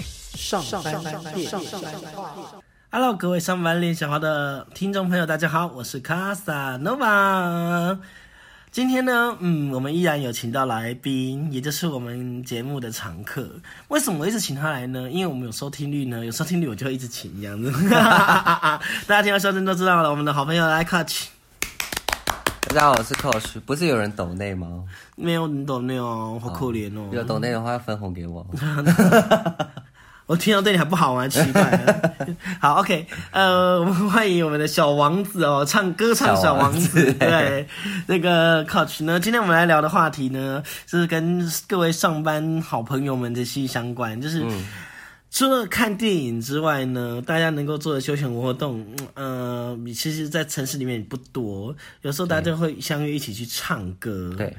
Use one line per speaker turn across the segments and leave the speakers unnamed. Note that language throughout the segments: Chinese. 上班变化。
Hello，各位上班练小花的听众朋友，大家好，我是卡萨诺瓦。今天呢，嗯，我们依然有请到来宾，也就是我们节目的常客。为什么我一直请他来呢？因为我们有收听率呢，有收听率我就会一直请这样子。大家听到笑声都知道了，我们的好朋友来 Coach，
大家好，我是 Coach，不是有人抖内吗？
没有你懂没有？好可怜哦。
啊有抖内的话，分红给 我。
我听到对你还不好吗？奇怪 了。好，OK，呃，我们欢迎我们的小王子哦，唱歌唱小王子。
小王子
对，那个 Coach 呢，今天我们来聊的话题呢，就是跟各位上班好朋友们的息息相关，就是。除了看电影之外呢，大家能够做的休闲活动，嗯呃，你其实，在城市里面也不多。有时候大家会相约一起去唱歌，
对。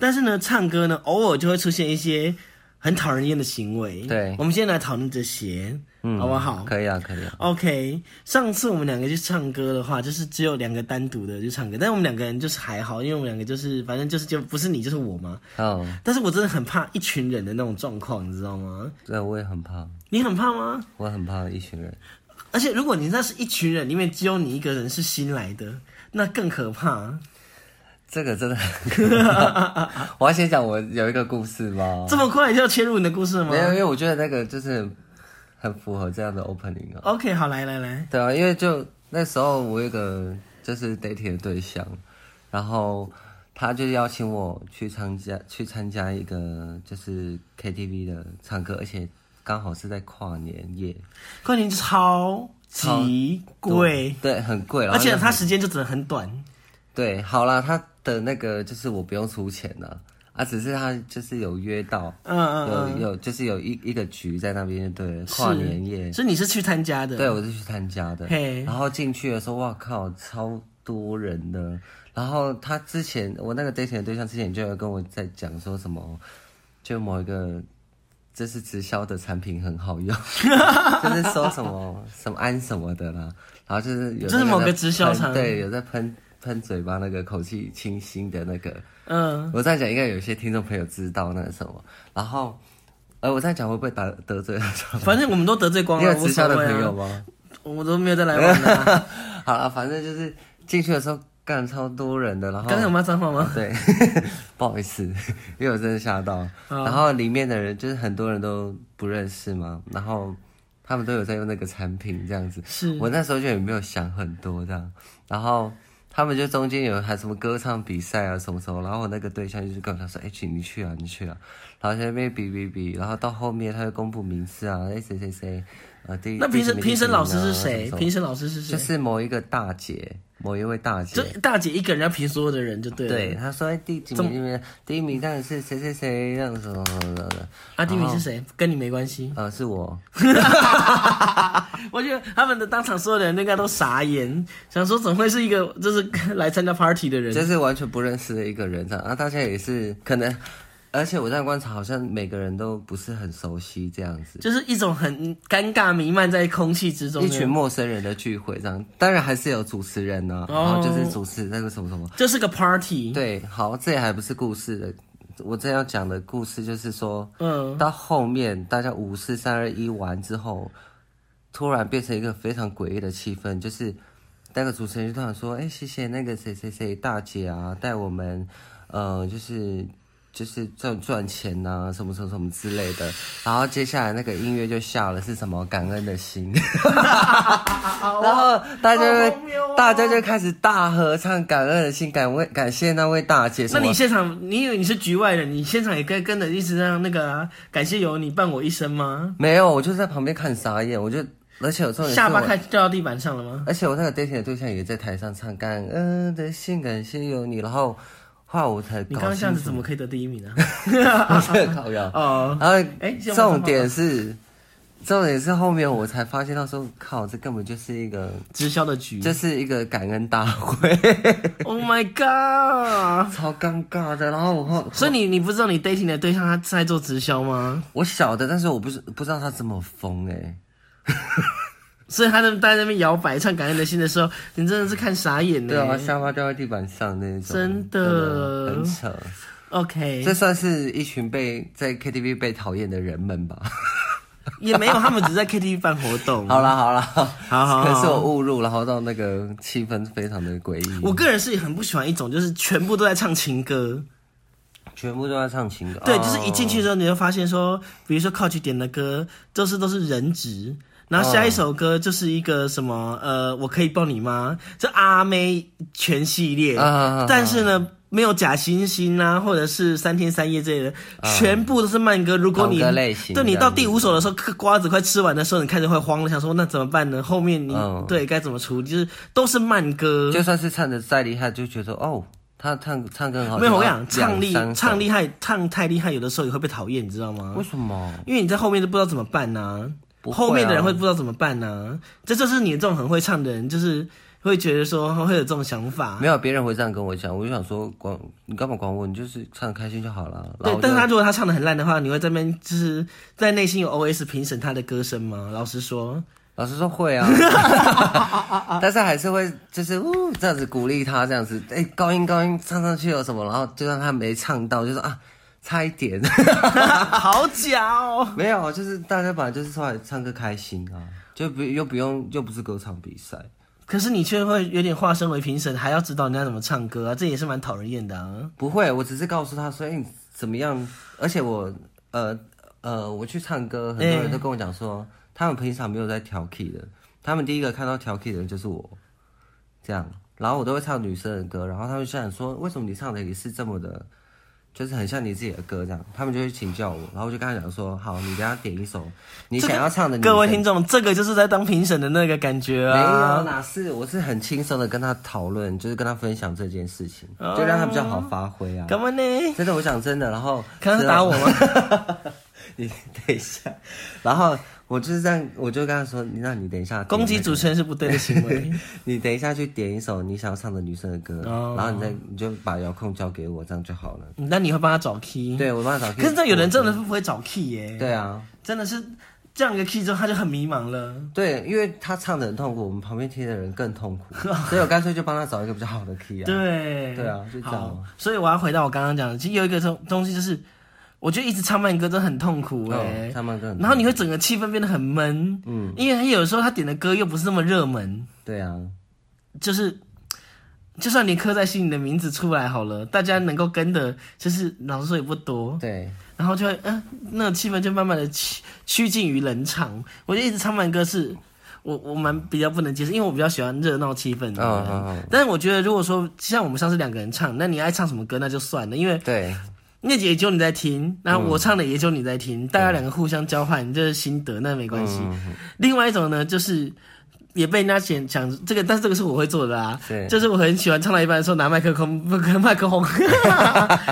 但是呢，唱歌呢，偶尔就会出现一些很讨人厌的行为。
对
我们先来讨论这些，
嗯
好不好？
可以啊，可以啊。
哦 OK，上次我们两个去唱歌的话，就是只有两个单独的去唱歌，但我们两个人就是还好，因为我们两个就是反正就是就不是你就是我嘛。
嗯，
但是我真的很怕一群人的那种状况，你知道吗？
对，我也很怕，
你很怕吗？
我很怕一群人。
而且如果你那是一群人里面只有你一个人是新来的，那更可怕。
这个真的很可怕。我要先讲我有一个故事吗？
这么快就要切入你的故事吗
没有，因为我觉得那个就是很符合这样的 opening 啊。
？OK，好，来来来，
对啊，因为就那时候我有一个就是 dating 的对象，然后他就邀请我去参加去参加一个就是 KTV 的唱歌，而且刚好是在跨年夜，
跨年超级贵，
对，很贵，然后
而且
又很
它时间就只能很短。
对，好啦，他的那个就是我不用出钱了啊，只是他就是有约到，
嗯嗯
有
嗯，
有就是有一一个局在那边，对，跨
是
年夜，
所以你是去参加的？
对，我是去参加的
嘿，
然后进去的时候，哇靠，超多人的。然后他之前，我那个 dating 的对象之前就有跟我在讲说什么，就某一个这是直销的产品很好用， 就是说什么什么氨什么的啦，然后就是有
这是
那
某
在
个直销
喷
产
对，有在喷喷嘴巴那个口气清新的那个，
嗯，
我在讲，应该有些听众朋友知道那是什么。然后，呃，我在讲会不会打得罪 他？
反正我们都得罪光
你
了，
有
无
直
所
销的
谓
朋友
啊。
吗？
我都没有再来往了 啊。
好了，反正就是进去的时候干超多人的，然后
刚才有骂脏话吗？
对， 不好意思，因为我真的吓到。
嗯
然后里面的人就是很多人都不认识嘛，然后他们都有在用那个产品这样子。
是
我那时候就也没有想很多这样，然后他们就中间有还什么歌唱比赛啊什么什么，然后我那个对象就是跟我讲说，哎、去你去啊你去啊，然后在那边比比比，然后到后面他就公布名次啊，哎、谁谁谁，呃第
那评审
第几名
评审老师是
第
谁？
几名啊
评审老师是
就
谁？
是某一个大姐，某一位大姐
就，大姐一个人要评所有的人就对了。
对，，她说哎第几名？第几名第一名当然是谁谁谁，这样子什么什么的，
阿迪米是谁？跟你没关系。
呃，是我，
我觉得他们的当场所有的人应该都傻眼，想说怎么会是一个就是 来参加 party 的人？
就是完全不认识的一个人这样，然后大家也是可能，而且我在观察，好像每个人都不是很熟悉这样子，
就是一种很尴尬弥漫在空气之中的，
一群陌生人的聚会这样，当然还是有主持人呢、
哦
然后就是主持那个什么什么，
就是个 party。，
对，好，这也还不是故事的，我正要讲的故事就是说，
嗯，
到后面大家五四三二一完之后，突然变成一个非常诡异的气氛，就是那个主持人就突然说：“哎、谢谢那个谁谁谁大姐啊，带我们，呃，就是就是赚赚钱呐、什么什么什么之类的。”然后接下来那个音乐就下了，是什么感恩的 心，然后大
好
家就
荒谬哦
大家就开始大合唱感恩的心，感为感谢那位大姐。
那
什么
你现场，你以为你是局外人，你现场也跟跟着一直让那个啊、感谢有你伴我一生吗？
没有，我就是在旁边看傻眼，我就而且有重点是
下巴
我
看掉到地板上了吗？
而且我那个 dating 的对象也在台上唱《感恩的心，感谢有你》，然后后来我才
你
搞
刚刚这样
清
子
楚
怎么可以得第一名呢、。
哎这个烤羊
哦，
然后
哎这样我
重点是，重点是后面我才发现到说，靠，这根本就是一个，
直销的局
这是一个感恩大会，
，Oh my god！
嗯超尴尬的。然后我后，
所以你你不知道你 dating 的对象他在做直销吗？
我晓得，但是我不是不知道他这么疯哎、
所以他在在那边摇摆唱《感恩的心》的时候，你真的是看傻眼呢、
对啊，下巴掉在地板上那种，
真的
的很扯。
OK，
这算是一群被在 KTV 被讨厌的人们吧？
也没有，他们只是在 KTV 办活动。
好啦好啦，
嗯好好
可能是我误入，然后让那个气氛非常的诡异。
我个人是很不喜欢一种，就是全部都在唱情歌。
全部都在唱情歌，
对，
哦
就是一进去之后，你会发现说，比如说 Coach 点的歌，都是都是人质。然后下一首歌就是一个什么、呃，我可以抱你吗？这阿妹全系列，
啊啊啊啊
但是呢，没有假惺惺啊，或者是三天三夜之类的，全部都是慢啊歌。如果你
同个类型
对你
这
到
样子
第五首的时候，嗑瓜子快吃完的时候，你开始会慌了，想说那怎么办呢？后面你、
嗯
对该怎么处理？就是都是慢歌，
就算是唱的再厉害，就觉得哦，他唱唱歌很好听，
没有我跟你
啊
讲，唱厉
两三首
唱厉害，唱太厉害，有的时候也会被讨厌，你知道吗？
为什么？
因为你在后面都不知道怎么办呐、
不会啊
后面的人会不知道怎么办呐、这就是你这种很会唱的人，就是会觉得说会有这种想法
没。有别人会这样跟我讲，我就想说，管你干嘛管我？你就是唱得开心就好了。然
对
后，
但是他
就
如果他唱的很烂的话，你会在那边就是在内心有 OS 评审他的歌声吗？老实 说，
老师说会啊， 但是还是会就是呜这样子鼓励他，这样子哎、高音高音唱上去有什么，然后就算他没唱到，就说啊差一点，
好假哦！
没有，就是大家本来就是出来唱歌开心啊，就不又不用又不是歌唱比赛。
可是你却会有点化身为评审，还要指导人家怎么唱歌啊，这也是蛮讨人厌的啊。
不会，我只是告诉他说，哎、你怎么样？而且我，呃呃，我去唱歌，很多人都跟我讲说，他们平常没有在调 key 的，他们第一个看到调 key 的人就是我，这样。然后我都会唱女生的歌，然后他们就想说，为什么你唱的也是这么的，就是很像你自己的歌这样？他们就会请教我，然后我就跟他讲说，好，你等一下点一首你想要唱的女生。
各位听众，这个就是在当评审的那个感觉
没有，
啊。
哪是？我是很轻松的跟他讨论，就是跟他分享这件事情，就让他比较好发挥啊。
啊干嘛呢？
真的，我讲真的，然后啊
看他打我吗？
你等一下，然后我就是这样，我就跟他说，你那你等一下点那个
攻击主持人是不对的行 为。
你等一下去点一首你想要唱的女生的歌，
哦
然后你再你就把遥控交给我，这样就好了。
那你会帮他找 key？
对，我帮他找 key。
可是这有人真的是不会找 key 耶、
对啊，
真的是这样一个 key 之后，他就很迷茫了。
对，因为他唱的很痛苦，我们旁边听的人更 痛苦，所以我干脆就帮他找一个比较好的 key 啊。
对，
对啊就这样
好，所以我要回到我刚刚讲的，其实有一个东东西就是，我觉得一直唱慢歌真的很痛苦哎、
嗯，唱慢歌很痛苦。
然后你会整个气氛变得很闷，嗯，因为他有时候他点的歌又不是那么热门，
对啊，
就是。就算你刻在心里的名字出来好了，大家能够跟的，就是老实说也不多，
对，
然后就会嗯、那个气氛就慢慢的趋趋近于冷场。我就一直唱慢歌是，我我蛮比较不能接受，因为我比较喜欢热闹气氛的人。
嗯嗯嗯
但是我觉得，如果说像我们上次两个人唱，那你爱唱什么歌那就算了，因为
对，
那也就你在听，然后我唱的也就你在听，大家两个互相交换，这是心得，那没关系。另外一种呢，就是。也被人家讲讲这个，但是这个是我会做的啊
对，
就是我很喜欢唱到一半的时候拿麦克风，不跟麦克风，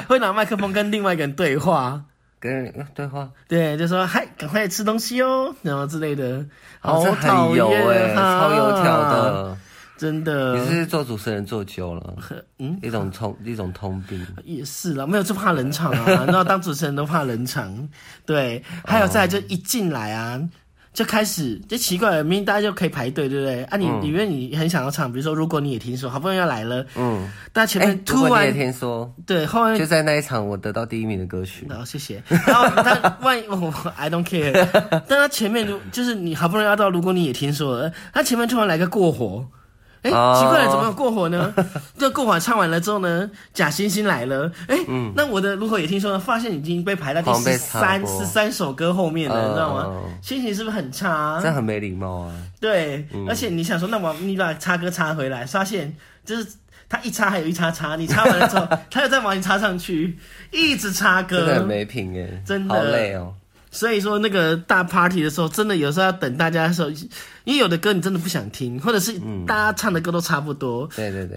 会拿麦克风跟另外一个人对话，
跟人对话。
对，就说嗨，赶快吃东西哦，然后之类的，好
哦这
讨
很油欸
厌啊嗯
超油条，的。
真
你
的
是做主持人做久了，嗯，一种通一种通病。
也是啦，没有就怕冷场 啊，然后当主持人都怕冷场，对，还有再来就一进来啊。就开始就奇怪了，明明大家就可以排队，对不对？啊
嗯
你，你因为你很想要唱，比如说，如果你也听说好不容易要来了，
嗯，
大家前
哎、
面突
如果你
然、嗯
也听说，
对后面
就在那一场我得到第一名的歌曲，
然后谢 谢。然后他万一我我 I don't care，但他前面就就是你好不容易要到，如果你也听说了，他前面突然来个过火。哎，
哦
奇怪了，怎么有过火呢？这过火唱完了之后呢，假惺惺来了。哎，那我的如果也听说呢，发现已经被排到第
嗯狂
十
被插
三
播
十三首歌后面了，你知道吗
哦？
心情是不是很差啊？
这很没礼貌
嗯
啊！
对，而且你想说，那我你把插歌插回来，发现就是他一插还有一插插，你插完了之 后，他又再往你插上去，一直插歌，
真的很没品哎，
真的
好累哦。
所以说，那个大 party 的时候，真的有时候要等大家的时候，因为有的歌你真的不想听，或者是
嗯
大家唱的歌都差不多。
对对对，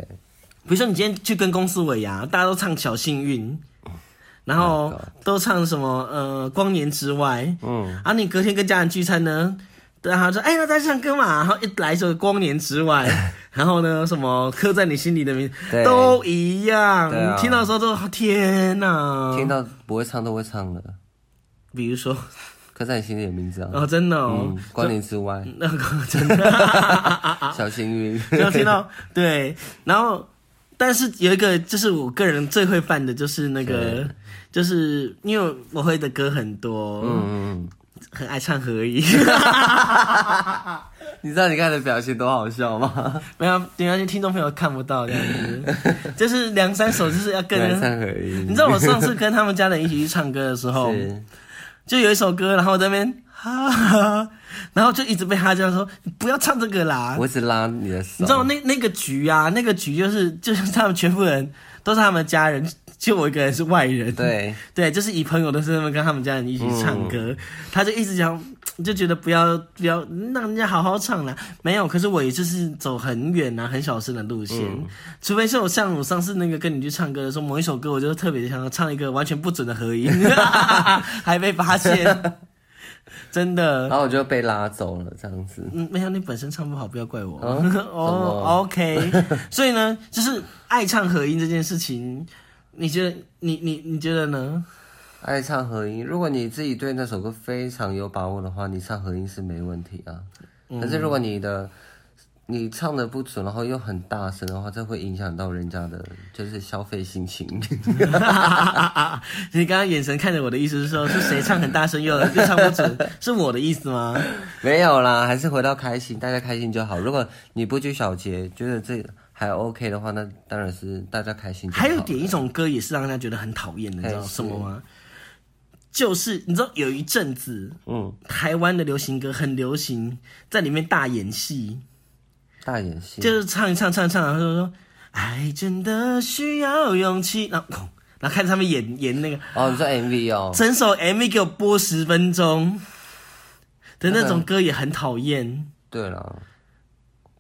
比如说，你今天去跟公司尾牙，大家都唱《小幸运》，然后
嗯 Oh my
都唱什么呃《光年之外》，
嗯，
啊，你隔天跟家人聚餐呢，然后说哎，那再唱歌嘛，然后一来一首《光年之 外》，然后呢什么刻在你心里的名字
对
都一样，
对啊
听到的时候都天哪，
听到不会唱都会唱的，
比如说
刻在你心里的名字啊。
哦，真的哦
嗯，，光年之外，
那个真的，
小幸运，嗯
有 听到对，然后但是有一个就是我个人最会犯的就是那个，就是因为我会的歌很多，
嗯，嗯嗯，
很爱唱合一，
你知道你看的表情多好笑吗？
没有，因为听众朋友看不到这样子，就是两三首就是要跟
两三合一，
你知道我上次跟他们家人一起去唱歌的时候，
是
就有一首歌，然后我在那边哈哈，然后就一直被他这样说，你不要唱这个啦。
我只拉你的手，
啊你知道那那个局啊，那个局就是就是他们全部人都是他们家人，就我一个人是外人。
对，
对，就是以朋友的身份跟他们家人一起唱歌，他就一直讲，就觉得不要不要让人家好好唱啦。没有，可是我也就是走很远啊，很小声的路线，除非是我像我上次那个跟你去唱歌的时候，某一首歌我就特别想要唱一个完全不准的合音， 还被发现，真的。
然后我就被拉走了，这样子。
嗯，没有，你本身唱不好，不要怪我。
哦
哦、o k 所以呢，就是爱唱合音这件事情，你觉得，你你你觉得呢？
爱唱合音，如果你自己对那首歌非常有把握的话，你唱合音是没问题啊。
嗯
可是如果你的你唱的不准，然后又很大声的话，这会影响到人家的就是消费心情。
你刚刚眼神看着我的意思是说，是谁唱很大声又又唱不准，是我的意思吗？
没有啦，还是回到开心，大家开心就好。如果你不拘小节，觉得这还 OK 的话，那当然是大家开心就好。
还有点一种歌也是让人家觉得很讨厌的，你知道
哎
什么吗？就是你知道有一阵子
嗯，
台湾的流行歌很流行，在里面大演戏，
大演戏
就是唱一唱唱一唱，然后就说爱真的需要勇气，然后砰然后看着他们演演那个
哦，你说 MV 哦，
整首 MV 给我播十分钟的那种歌也很讨厌。
对了。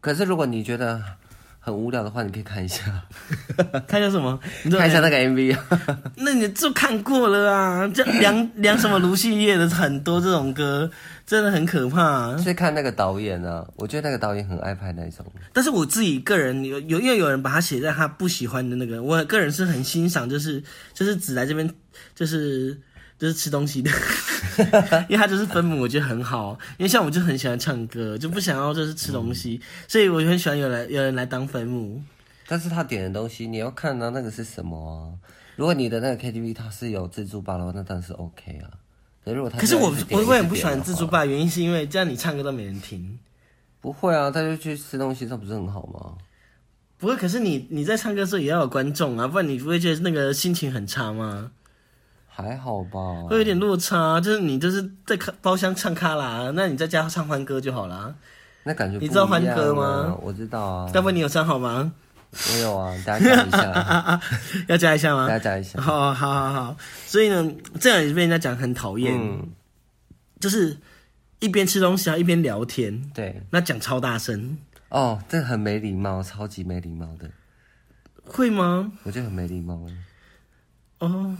可是如果你觉得很无聊的话，你可以看一下，
看叫什么？你知道
看一下那个 MV 啊。
那你就看过了啊，这梁梁什么卢系列的很多这种歌，真的很可怕、啊
是看那个导演啊，我觉得那个导演很爱拍那种，
但是我自己个人有有，因为有人把它写在他不喜欢的那个，我个人是很欣赏，就是就是只来这边就是就是吃东西的，因为他就是分母，我觉得很好。因为像我就很喜欢唱歌，就不想要就是吃东西，所以我就很喜欢有人有人来当分母。
但是他点的东西你要看到、那个是什么啊。如果你的那个 KTV 它是有自助吧的话，那当然是 OK 啊。可是如果他
可是我
只点
我
一
我也
直
不
点
喜欢
的啊
自
话
助，吧，原因是因为这样你唱歌都没人听。
不会啊，他就去吃东西，这不是很好吗？
不会，可是你你在唱歌的时候也要有观众啊，不然你不会觉得那个心情很差吗？
还好吧，
会有点落差、啊就是你就是在卡包厢唱卡拉，啊那你在家唱欢歌就好啦。
那感觉、不
你知道欢
一样
歌
啊
吗？
我知道啊，
要不你有唱好吗？
我有啊，大家看一下，
要加一下吗哦
大？家加一下。
好好好好，所以呢，这样也被人家讲很讨厌，
嗯，
就是一边吃东西啊一边聊天，
对，
那讲超大声，
哦，这很没礼貌，超级没礼貌的，
会吗？
我觉得很没礼貌。欸
哦、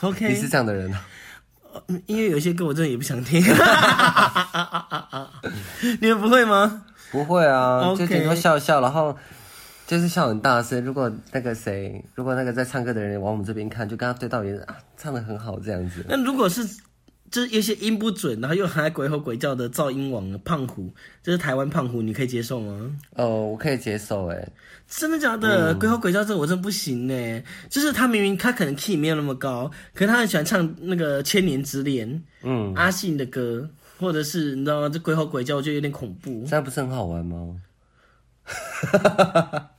o
你
k
是这样的人啊？
因为有些歌我真的也不想听， 你们不会吗？
不会啊，
OK
就顶多笑笑，然后就是笑很大声。如果那个谁，如果那个在唱歌的人往我们这边看，就跟他对到眼，啊，唱的很好这样子。
那如果是就是有些音不准，然后又还鬼吼鬼叫的噪音王胖虎，这是台湾胖虎，你可以接受吗？嗯
哦，我可以接受哎，
真的假的？鬼吼鬼叫这我真不行呢、就是他明明他可能 key 没有那么高，可是他很喜欢唱那个《千年之恋》
嗯，
阿信的歌，或者是你知道吗？这鬼吼鬼叫我觉得有点恐怖
这。样不是很好玩吗？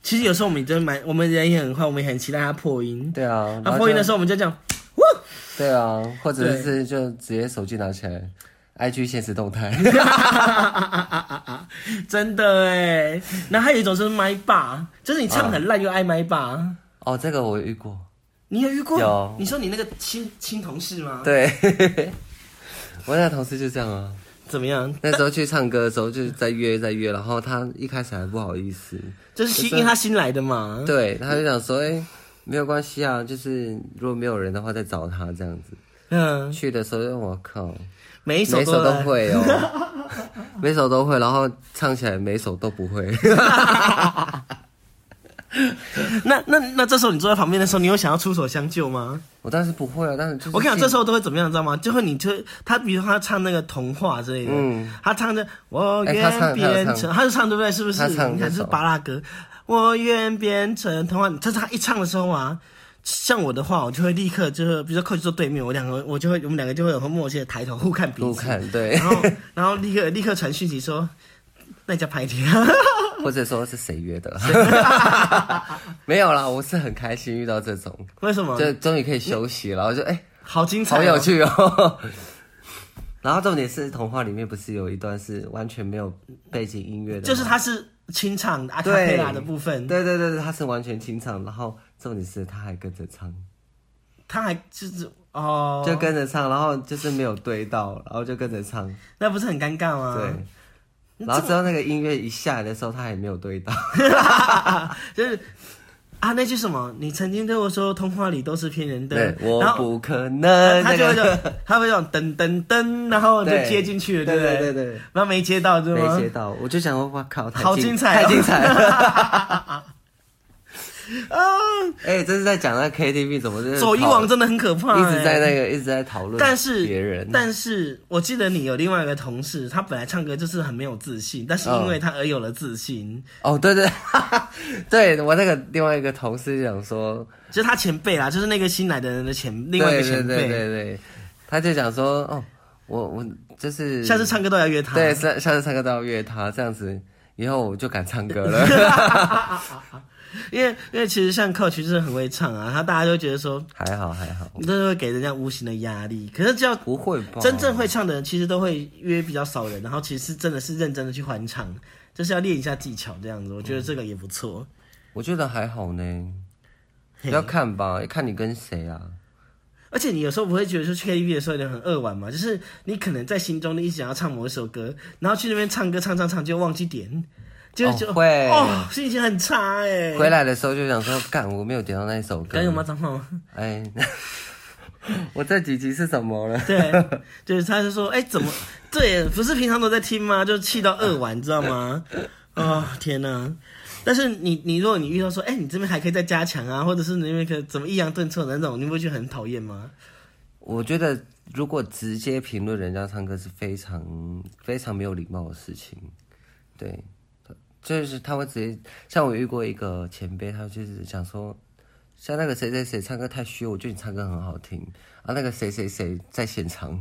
其实有时候我们真的蛮，我们人也很坏，我们也很期待他破音。
对啊，
他
然后
破音
就
的时候我们就这样，
对啊，或者是就直接手机拿起来，IG 现实 动态。
真的哎。然后还有一种就是麦霸，就是你唱很烂又爱麦霸。
哦，这个我遇过。
你有遇过？
有
你说你那个亲亲同事吗？
对， 我那个同事就这样啊。
怎么样？
那时候去唱歌的时候，就在约在约，然后他一开始还不好意思，
就是新，因为他新来的嘛。
对，他就想说，哎、没有关系啊，就是如果没有人的话再找他这样子。
嗯，
去的时候，我靠，
每一首啊
每首都
来。
会哦， 每首都会，然后唱起来每首都不会。
那那那这时候你坐在旁边的时候，你有想要出手相救吗？
我当时不会啊，但是就是
我跟你讲，
记
这时候都会怎么样，你知道吗？就会你就他，比如说他唱那个童话之类的，
嗯
他唱的我
哎他唱
愿变
他
成，
有唱
他就唱对不对？是不是？
他唱
你看
这
是
首
巴拉格，我愿变成童话。但是他一唱的时候啊，像我的话，我就会立刻就是，比如说 coach 坐对面，我两个我就会我们两个就会有很默契的抬头互看彼
不
此，
看对
然，后然后立刻立刻传讯息说那你家啊拍贴，
或者说是谁约的？ 没有啦，我是很开心遇到这种，
为什么？
就终于可以休息了，我就哎、
好精彩、哦，
好有趣哦。 然后重点是童话里面不是有一段是完全没有背景音乐的吗，
就是它是清唱阿卡贝
对
拉的部分，
对对对对，他是完全清唱，然后重点是他还跟着唱，
他还就是哦，
就跟着唱，然后就是没有对到，然后就跟着唱，
那不是很尴尬吗？
对。然后之后那个音乐一下来的时候，他也没有对到，
就是啊，那句什么，你曾经对我说童话里都是骗人的，
我
然后
不
他
可能，
他就会这
那个
种，他会这种噔噔噔，然后就
对
接进去了，
对
不对
对对对
然后没接到，对吗？
没接到，我就想说，哇靠，太
好
精
精彩哦
太精彩 了！
啊，
哎、这是在讲那 KTV 怎么是
左一王真的很可怕、
一直在
哎
那个一直在讨论，
但是
别人，
但是我记得你有另外一个同事，他本来唱歌就是很没有自信，但是因
嗯
为他而有了自信，
哦，对 对，对我那个另外一个同事讲说，
就是他前辈啦，就是那个新来的人的前另外一
对
个
对
前辈，
对对对，他就讲说，哦，我我就是
下次唱歌都要约他。
嗯对，下下次唱歌都要约他，这样子以后我就敢唱歌 了，
因为因为其实像 coach 就是很会唱啊，他大家都觉得说，
还好还好，
这是会给人家无形的压力。可是只要
不会吧？
真正会唱的人，其实都会约比较少人，然后其实真的是认真的去欢唱，就是要练一下技巧这样子。我觉
嗯
得这个也不错。
我觉得还好呢，
嘿
要看吧，看你跟谁啊。
而且你有时候不会觉得说去 KTV 的时候有点很扼腕嘛？就是你可能在心中你一直想要唱某一首歌，然后去那边唱歌唱唱唱就忘记点，就
哦
就、
会
哦，心情很差哎、
回来的时候就想说，干，我没有点到那一首歌。
刚有骂？脏话吗？
哎， 我这几集是什么了？
对，就是他就说，哎、怎么这也不是平常都在听吗？就气到扼腕，你知道吗？哦，天哪！但是你你如果你遇到说，哎、你这边还可以再加强啊，或者是你那边可以怎么抑扬顿挫的那种，你不会觉得很讨厌吗？
我觉得如果直接评论人家唱歌是非常非常没有礼貌的事情，对，就是他会直接像我遇过一个前辈，他就是想说，像那个谁谁谁唱歌太虚，我觉得你唱歌很好听啊，那个谁谁谁在现场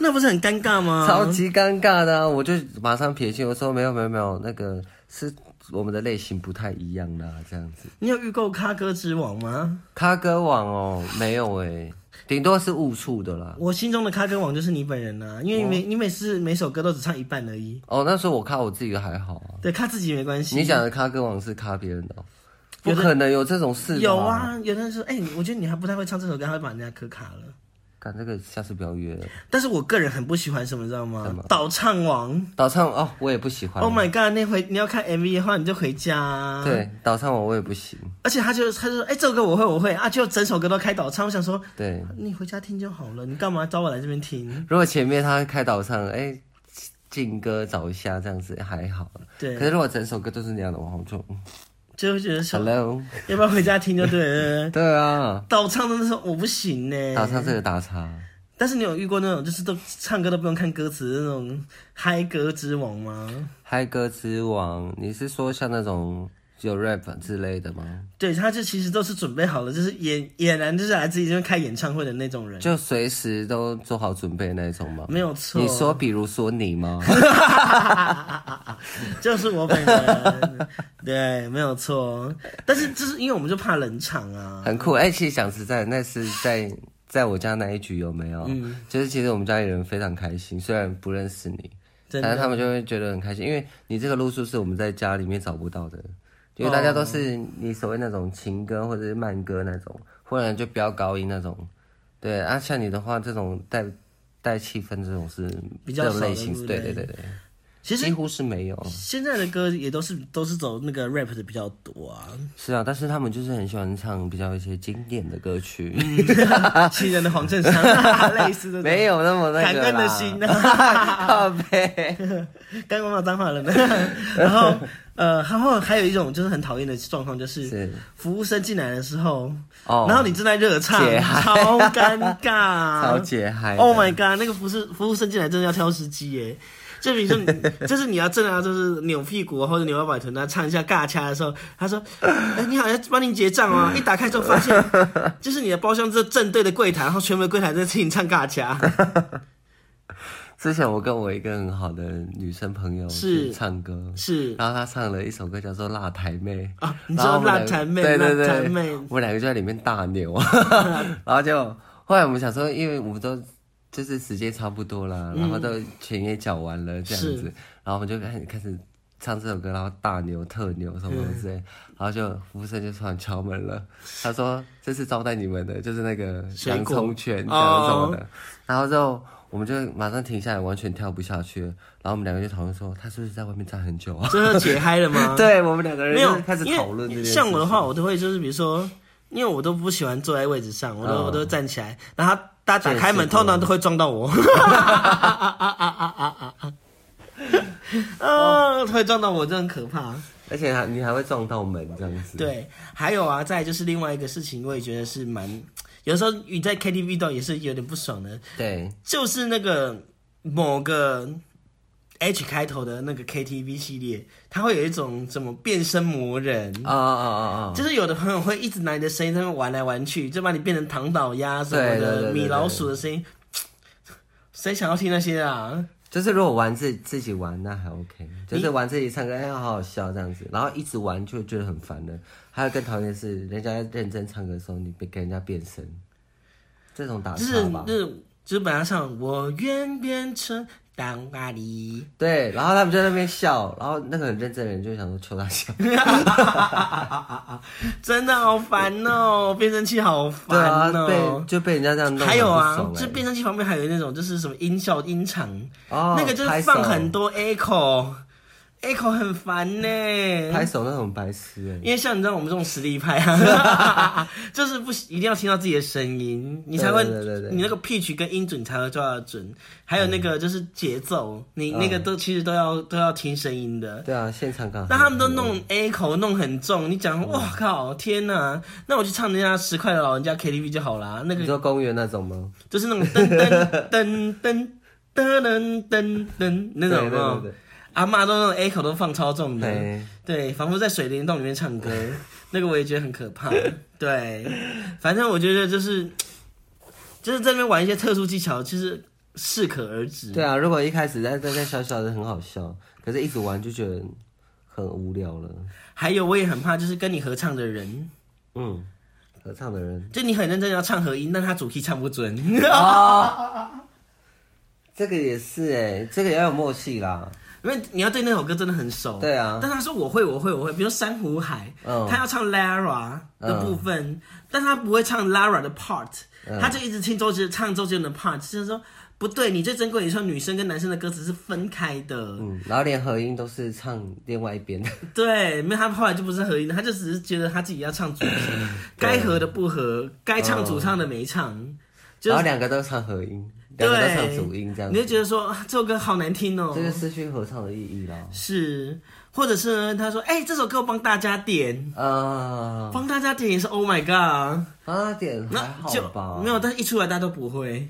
那不是很尴尬吗？
超级尴尬的啊、我就马上撇清，我说没有没有没有，那个是我们的类型不太一样的、啊、这样子。
你有遇过咖歌之王吗？
咖歌网哦，没有哎、顶多是误触的啦。
我心中的咖歌王就是你本人呐、因为你每、你每次每首歌都只唱一半而已。
哦，那时候我咖我自己的还好啊。
对，咖自己没关系。
你讲的咖歌网是咖别人的哦、
有
不
的
可能有这种事吧
有。啊？有的人说，哎、你我觉得你还不太会唱这首歌，他会把人家磕卡了。
干这个下次不要约了。
但是我个人很不喜欢什么，你知道吗？倒唱王。
倒唱哦，我也不喜欢。
Oh my god！那回你要看 MV 的话，你就回家、啊。，
对，倒唱我我也不行。
而且他就他就说，哎、这首歌我会，我会啊，就整首歌都开倒唱。我想说，
对，
你回家听就好了，你干嘛找我来这边听？
如果前面他开倒唱，哎、劲歌找一下这样子还好。
对
可，是如果整首歌都是那样的话，我就
就会觉得说，
Hello。
要不要回家听就对了。
对啊，
倒唱真的是我不行呢、
倒唱这个打叉。
但是你有遇过那种就是都唱歌都不用看歌词的那种嗨歌之王吗？
嗨歌之王，你是说像那种有 rap 之类的吗？
对，他就其实都是准备好了，就是俨俨然就是来自己这边开演唱会的那种人，
就随时都做好准备那种吗？
没有错。
你说，比如说 你吗？
就是我本人， 对，没有错。但是就是因为我们就怕冷场啊，
很酷。哎、其实讲实在，那是在在我家那一局有没有？
嗯
就是其实我们家里人非常开心，虽然不认识你，
真
但是
的。
他们就会觉得很开心，因为你这个路数是我们在家里面找不到的，因为大家都是
哦
你所谓那种情歌或者是慢歌那种，或者就飙高音那种。对啊，像你的话，这种带带气氛这种是
比较
这种
少
类
的
型
对，不
对
对
对对对，
其
几
实
乎是没有。
现在的歌也都是都是走那个 rap 的比较多啊，
是啊，但是他们就是很喜欢唱比较一些经典的 歌曲，
新人的黄正昌、啊、 类似的，
啊没有那么那
感
个
恩的
啦
心
靠背。
刚刚骂脏话了呢。 然后呃，然后还有一种就是很讨厌的状况就是
是
服务生进来的时候，
哦，
然后你正在热唱
解，嗨
超尴尬，
超解嗨的
Oh my god！那个服务服务生进来真的要挑时机耶，就比如说你，就是你要正啊，就是扭屁股或者扭摇摆臀啊，唱一下尬掐的时候，他说：“哎，你好像帮您结账哦。” 一打开之后发现，就是你的包厢这正对的柜台，然后全部的柜台在听你唱尬掐。
之前我跟我一个很好的女生朋友
是
去唱歌，
是
然后她唱了一首歌叫做《辣台妹》
啊，你知
啊然后
道
我们
辣
两个
台妹，
对对
辣
对，
台妹，
我们两个就在里面大 扭，然后就后来我们想说，因为我们都就是时间差不多了，然后都钱也缴完了这
嗯
样
是
子，然后我们就开始开始唱这首歌，然后大牛特牛什么之类，
嗯
然后就服务生就突然敲门了，他说这是招待你们的，就是那个
水
洋
果
葱圈这样什
哦
么的，然后之后。我们就马上停下来，完全跳不下去了。然后我们两个就讨论说，他是不是在外面站很久啊？
最后解嗨了吗？
对我们两个人
没有
就开始
因为
讨论这件事。
像我的话，，我都会就是比如说，因为我都不喜欢坐在位置上，我都、
嗯
我都会站起来，然后大家打开门，
这也
通
是
常都会撞到 我。 啊，会撞到我，这很可怕。
而且还你还会撞到门这样子。
对，还有啊，再来就是另外一个事情，我也觉得是蛮，有时候你在 KTV 遇到也是有点不爽的，
对，
就是那个某个 H 开头的那个 KTV 系列，它会有一种什么变身魔人
啊啊啊啊！
就是有的朋友会一直拿你的声音在那边玩来玩去，就把你变成唐老鸭什么的
对对对对对
米老鼠的声音，谁想要听那些啊？
就是如果玩自自己玩那还 OK，就是玩自己唱歌哎好好笑这样子，然后一直玩就觉得很烦的。还有更讨厌的是，人家认真唱歌的时候，你被给人家变声，这种打
就是
岔吧
就？是就是本来唱我愿变成当阿里，
对，然后他们就在那边笑，然后那个很认真的人就想说求他笑，
真的好烦哦，变声器好
对啊
烦，哦
被。就被人家这样弄得
还有
很
啊，
不爽欸，
就变声器旁边还有那种就是什么音效音场，
哦
那个就是
拍手
放很多 echo，echo 很烦呢、
拍手那种白痴哎，
因为像你知道我们这种实力派 啊，就是不一定要听到自己的声音，你才会
对对对对嗯
你那个 pitch 跟音准你才会抓得准，还有那个就是节奏，你那个都、其实都要都要听声音的。
对啊，现场感。
那他们都
嗯
弄 A 口弄很重，你讲哇靠天哪，那我去唱人家十块的老人家 KTV 就好啦，那
你
个
说公园那种吗？
就是那种噔噔噔噔噔噔噔噔那种有哦
对
没有
对对
阿妈都那种 A 口都放超重
对
的。
对。
对，仿佛在水帘洞里面唱 歌，那个我也觉得很可怕。对，反正我觉得就是，就是在那边玩一些特殊技巧，就是适可而止。
对啊，如果一开始在在在小小的很好笑，可是一直玩就觉得很无聊了。
还有，我也很怕，就是跟你合唱的人，
嗯，合唱的人
就你很认真要唱合音，但他主 key 唱不 准。
这个也是哎、这个也要有默契啦。
因为你要对那首歌真的很熟，
对啊
但他说我会，我会，我会，比如《珊瑚海》
嗯
他要唱 Lara 的部分，但他不会唱 Lara 的 part，、他
嗯
就一直听周杰唱周杰伦的 part，就是说不对，你最珍贵的时候，女生跟男生的歌词是分开的，
嗯，然后连合音都是唱另外一边的。
对，没有他后来就不是合音，他就只是觉得他自己要唱主题，
嗯
该合的不合，该唱主唱的没唱，就
嗯然后
是
两个都唱合音，
对
两个都唱主音这样
你就
子，
觉得说啊这首歌好难听哦，
这就失去合唱的意义啦。
是，或者是呢他说哎、这首歌我帮大家点。
啊
帮大家点也是 Oh my God，
啊，点还
那
好
就
吧？
没有，但是一出来大家都不会。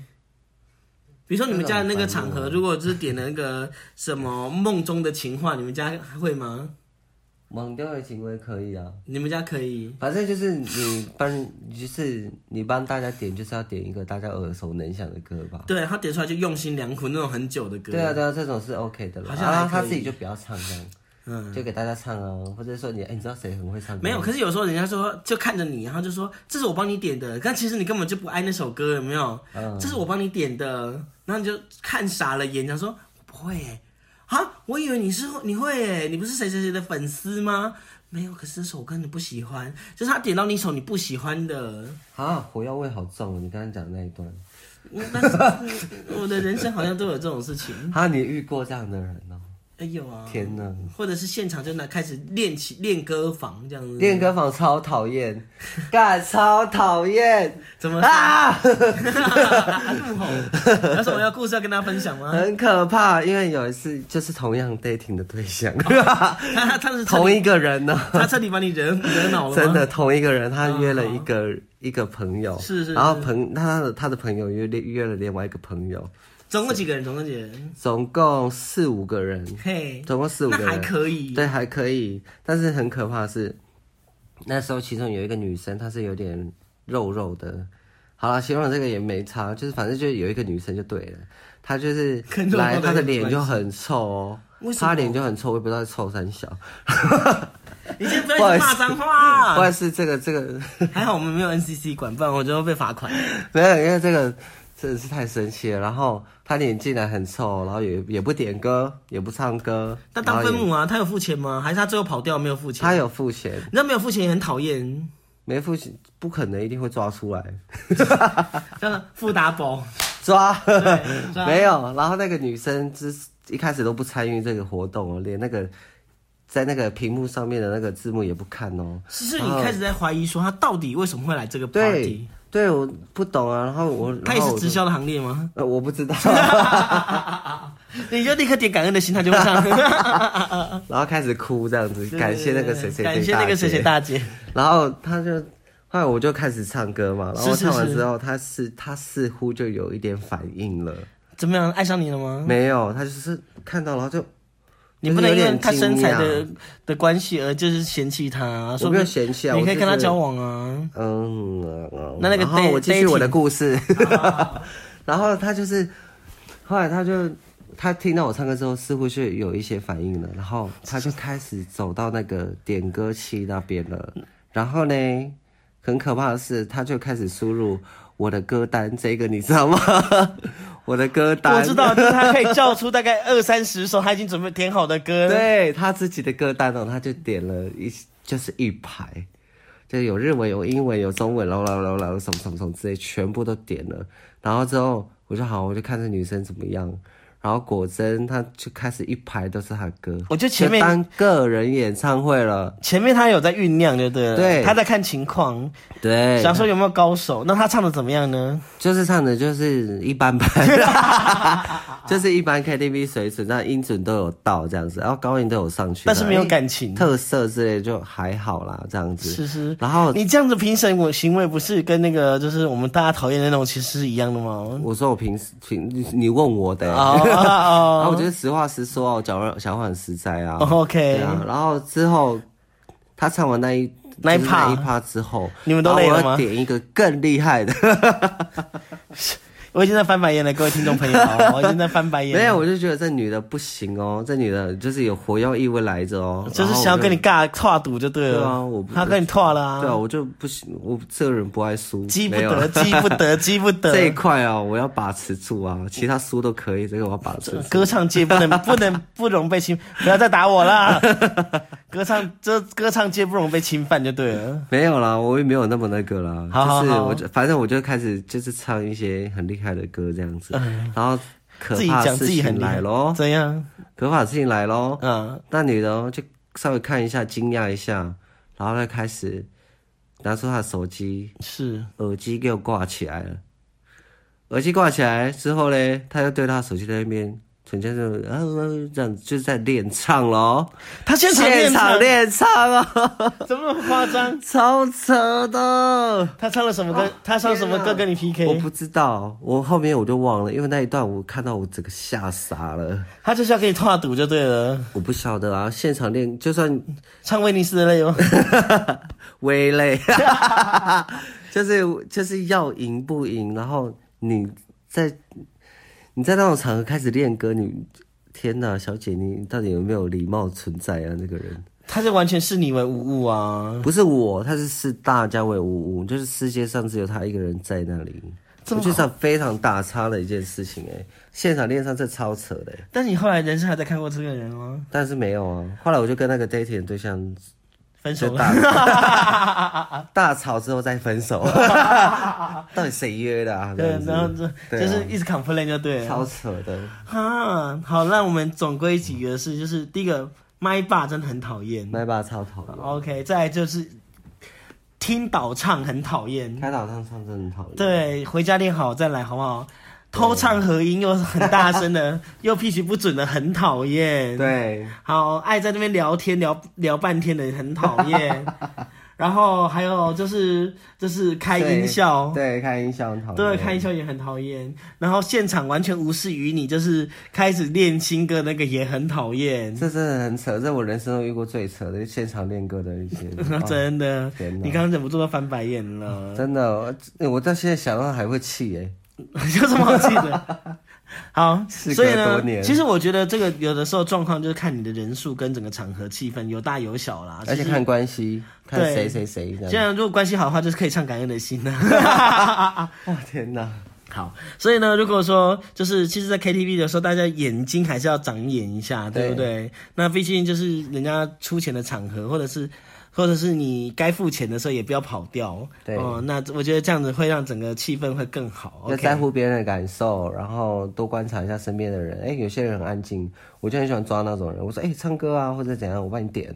比如说你们家的那个场合，如果就是点了那个什么梦中的情话，你们家还会吗？
猛丢的行为可以啊。
你们家可以？
反正就是你帮，就是你帮大家点，就是要点一个大家耳熟能详的歌吧。
对，他点出来就用心良苦那种很久的歌。
对啊，对啊，这种是 OK 的了。
好像
啊
还可
他
以
自己就不要唱这样，
嗯，
就给大家唱啊，或者说你，哎、你知道谁很会唱歌吗？
没有。可是有时候人家说就看着你，然后就说这是我帮你点的，但其实你根本就不爱那首歌，有没有？
嗯
这是我帮你点的，然后你就看傻了眼，想说我不会欸啊，我以为你是你会欸你不是谁谁谁的粉丝吗？没有，可是这首歌你不喜欢，就是他点到你一首你不喜欢的，
啊，火药味好重哦！你刚刚讲的那一段，
嗯但是我的人生好像都有这种事情，
啊，你遇过这样的人哦、
哎有啊，
天哪！
或者是现场就拿开始练起练歌房这样子，
练歌房超讨厌， 干超讨厌
怎么
啊，
怒 吼？有什么要故事要跟大家分享吗？
很可怕。因为有一次就是同样 dating 的对象，
他他他是彻底
同一个人呢、
他彻底把你惹惹恼了吗？啊
真的，同一个人，他约了一个、一个朋友，
是是
然后朋他的他的朋友约约了另外一个朋友，
总共几个人？总共几个人？
总共四五个人，
嘿，
总共四五个
那
人，
还可以。
对，还可以。但是很可怕的是，那时候其中有一个女生，她是有点肉肉的。好了，形容这个也没差，就是反正就有一个女生就对了，她就是
跟肉肉
来，
有
她的
关
脸
系
就很臭哦
为，什
她
么
脸就很臭，我也不知道在臭三小。
你先不
不好
要
意
一
思
直骂脏话
不。然是这个这个，
还好我们没有 NCC 管，不然我就会被罚款。
没有，因为这个真的是太生气了。然后她脸竟然很臭，然后也也不点歌，也不唱歌，
那
然
当
后也
分母啊，他有付钱吗？还是他最后跑掉没有付钱？
她有付钱，
你知道没有付钱也很讨厌，
没付钱不可能一定会抓出来。
叫做付打 宝。啊
抓，
抓
没有。然后那个女生之一开始都不参与这个活动哦，连那个在那个屏幕上面的那个字幕也不看哦。
是是，你开始在怀疑说他到底为什么会来这个
对
party？，
对，我不懂啊。然后我，
他
然
也
后
是
我
直
就，
销的行列吗？
呃， 我不知道。
你就立刻点感恩的心，他就会上。
然后开始哭这样子， 感谢那个谁谁谁，
感谢那个谁谁。大姐。
然后他就，后来我就开始唱歌嘛。然后
是是
唱完
是
之后，他是他似乎就有一点反应了，
怎么样？爱上你了吗？
没有，他就是看到然后就。
你不能因
就是
为
有点
他身材
惊
的的关系而就是嫌弃他，
我
说
没
不
有
定
嫌弃啊，
你可以
我
跟他
就是
交往啊。
嗯，嗯嗯
那那个
然后
da-
我继续
dating
我的故事，
哦
然后他就是，后来他就他听到我唱歌之后，似乎是有一些反应了，然后他就开始走到那个点歌器那边了，然后呢，很可怕的是，他就开始输入我的歌单，这个你知道吗？ 我的歌单，
我知道，就是他可以叫出大概二三十首他已经准备填好的歌。
对他自己的歌单哦，他就点了一就是一排，就是有日文、有英文、有中文，然后然后然后然后什么什么什么之类，全部都点了。然后之后我就好，我就看这女生怎么样。然后果真，她就开始一排都是她的歌，
我觉得前面
就当个人演唱会了。
前面他有在酝酿，就对了，
对
他在看情况，
对，
想说有没有高手。那他唱的怎么样呢？
就是唱的就是一般般，就是一般 KTV 水准，但音准都有到这样子，然后高音都有上去，
但是没有
然后
感情
哎特色之类就还好啦，这样子。
是是，
然后
你这样子评审我行为不是跟那个就是我们大家讨厌的那种其实是一样的吗？
我说我平时平你你问我的、欸，
哦哦
然后我觉得实话实说啊，我讲话讲话很实在啊。
哦，OK
对啊，然后之后他唱完那一
那一
就是
趴
那一趴之后，
你们都
然后
累了
啊我要
吗
点一个更厉害的，
我已经在翻白眼了，各位听众朋友，我已经在翻白眼了。
没有，我就觉得这女的不行哦，这女的就是有火药意味来着哦，
就是
然后我
想要跟你尬跨赌就对了。
对啊我不
他跟你跨了啊。
对啊，我就不行，我这个人不爱输，
激不
没有啊
得，激不 得，激不得。
这一块啊，我要把持住啊，其他输都可以，这个我要把持住。
歌唱界 不能不能不容被侵，不要再打我啦！ 歌唱这歌唱界不容被侵犯就对了。
没有啦，我也没有那么那个啦，
好好
就是
好
我就反正我就开始就是唱一些很厉害的歌这样子，然后可
自己
怕
讲嗯
的
自
事
己
情
很厉
来
害
咯，
怎样？
可怕的事情来咯，
嗯，
那女的哦就稍微看一下，惊讶一下，然后她开始拿出她的手机，
是
耳机给我挂起来了。耳机挂起来之后嘞，她就对她手机在那边，陈先生啊这样就是在练唱咯，
他现场
现
练
场
唱，
练唱哦，
怎么那么夸张？
超扯的。
他唱了什么歌？他唱什么歌跟你
哦我
PK？
不知道，我后面我就忘了，因为那一段我看到我整个吓傻了。
他就是要跟你跨赌就对了。
我不晓得啊，现场练就算
唱威尼斯的泪吗？哦
微累， 就是就是要赢不赢，然后你在你在那种场合开始练歌，你天哪，小姐你到底有没有礼貌存在啊？那个人
他就完全视你为无物啊！
不是我，他是视大家为无物，就是世界上只有他一个人在那里。
这
我
么
觉得这非常大差的一件事情哎、现场练唱这超扯的、欸。
但是你后来人生还在看过这个人吗？
但是没有啊。后来我就跟那个 dating 的对象
分手
就
了。
大大吵之后再分手，到底谁约的啊？这
对
样，子
然后就
对啊
就是一直 complain 就对了。
超扯的，
哈，好，那我们总归几个是，就是第一个麦霸真的很讨厌
麦霸超讨厌，
，OK，再来就是听导唱很讨厌，
开导唱唱真的很讨厌。，
对，回家练好再来好不好？偷唱和音又很大声的，又 pitch 不准的，很讨厌。，
对，
好，爱在那边聊天聊聊半天的很讨厌。然后还有就是就是开音效，
对，开音效很讨厌，
对，开音效也很讨厌。然后现场完全无视于你，就是开始练新歌那个也很讨厌。，
这真的很扯，这我人生中遇过最扯的现场练歌的一些 哦
真的，
天哪
你刚刚忍不住都翻白眼了
哦，真的，我我到现在想到还会气欸耶。
有什么好气的？ 好，
事
所以
隔
呢
多，年
其实我觉得这个有的时候状况就是看你的人数跟整个场合气氛有大有小啦，
而且
其实
看关系，看
啊对
谁谁谁这
既
样。
然如果关系好的话，就是可以唱《感恩的心》啊呢。
哇天哪！
好，所以呢，如果说就是其实，在 KTV 的时候，大家眼睛还是要长眼一下，对不
对
对？那毕竟就是人家出钱的场合，或者是。或者是你该付钱的时候也不要跑掉，
对
哦，那我觉得这样子会让整个气氛会更好。
要
OK
在乎别人的感受，然后多观察一下身边的人。哎、有些人很安静，我就很喜欢抓那种人。我说，哎、唱歌啊，或者怎样，我帮你点，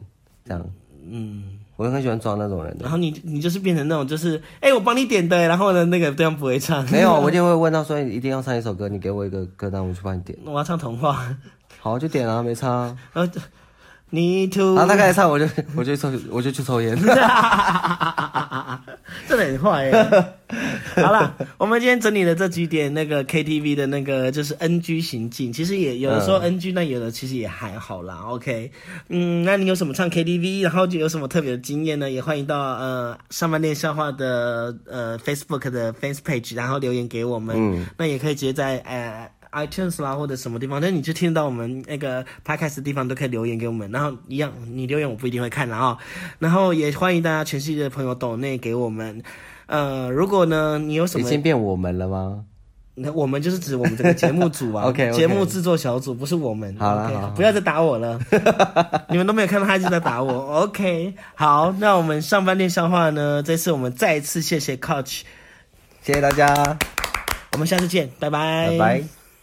这样。嗯，我就很喜欢抓那种人的
然。后你你就是变成那种就是，哎、我帮你点的，然后呢，那个对方不会唱，
没有，我就会问到说，你一定要唱一首歌，你给我一个歌单，我去帮你点。
我要唱童话，
好，就点啊，没唱啊。
然后就你 too，
然后他开始唱，我就我就抽，我就去抽烟。
真的很坏耶。好啦，我们今天整理了这几点那个 KTV 的那个就是 NG 行径，其实也有的时候 NG，但有的其实也还好啦。OK，嗯，那你有什么唱 KTV，然后就有什么特别的经验呢？也欢迎到呃上半恋笑话的呃 Facebook 的 Fans Page，然后留言给我们。那也可以直接在呃。iTunes 啦，或者什么地方，但是你就听到我们那个 podcast 的地方都可以留言给我们，然后一样，你留言我不一定会看，然啊后，然后也欢迎大家全世界的朋友抖内给我们，呃，如果呢你有什
已
么，
经变我们了吗？
那我们就是指我们这个节目组啊
OK，OK
节目制作小组不是我们
好啦
OK，
好啦
不要再打我了， 你们都没有看到他一直在打我，OK，好，那我们上半天笑话呢，这次我们再一次谢谢 Coach，
谢谢大家，
我们下次见，拜拜，
拜拜。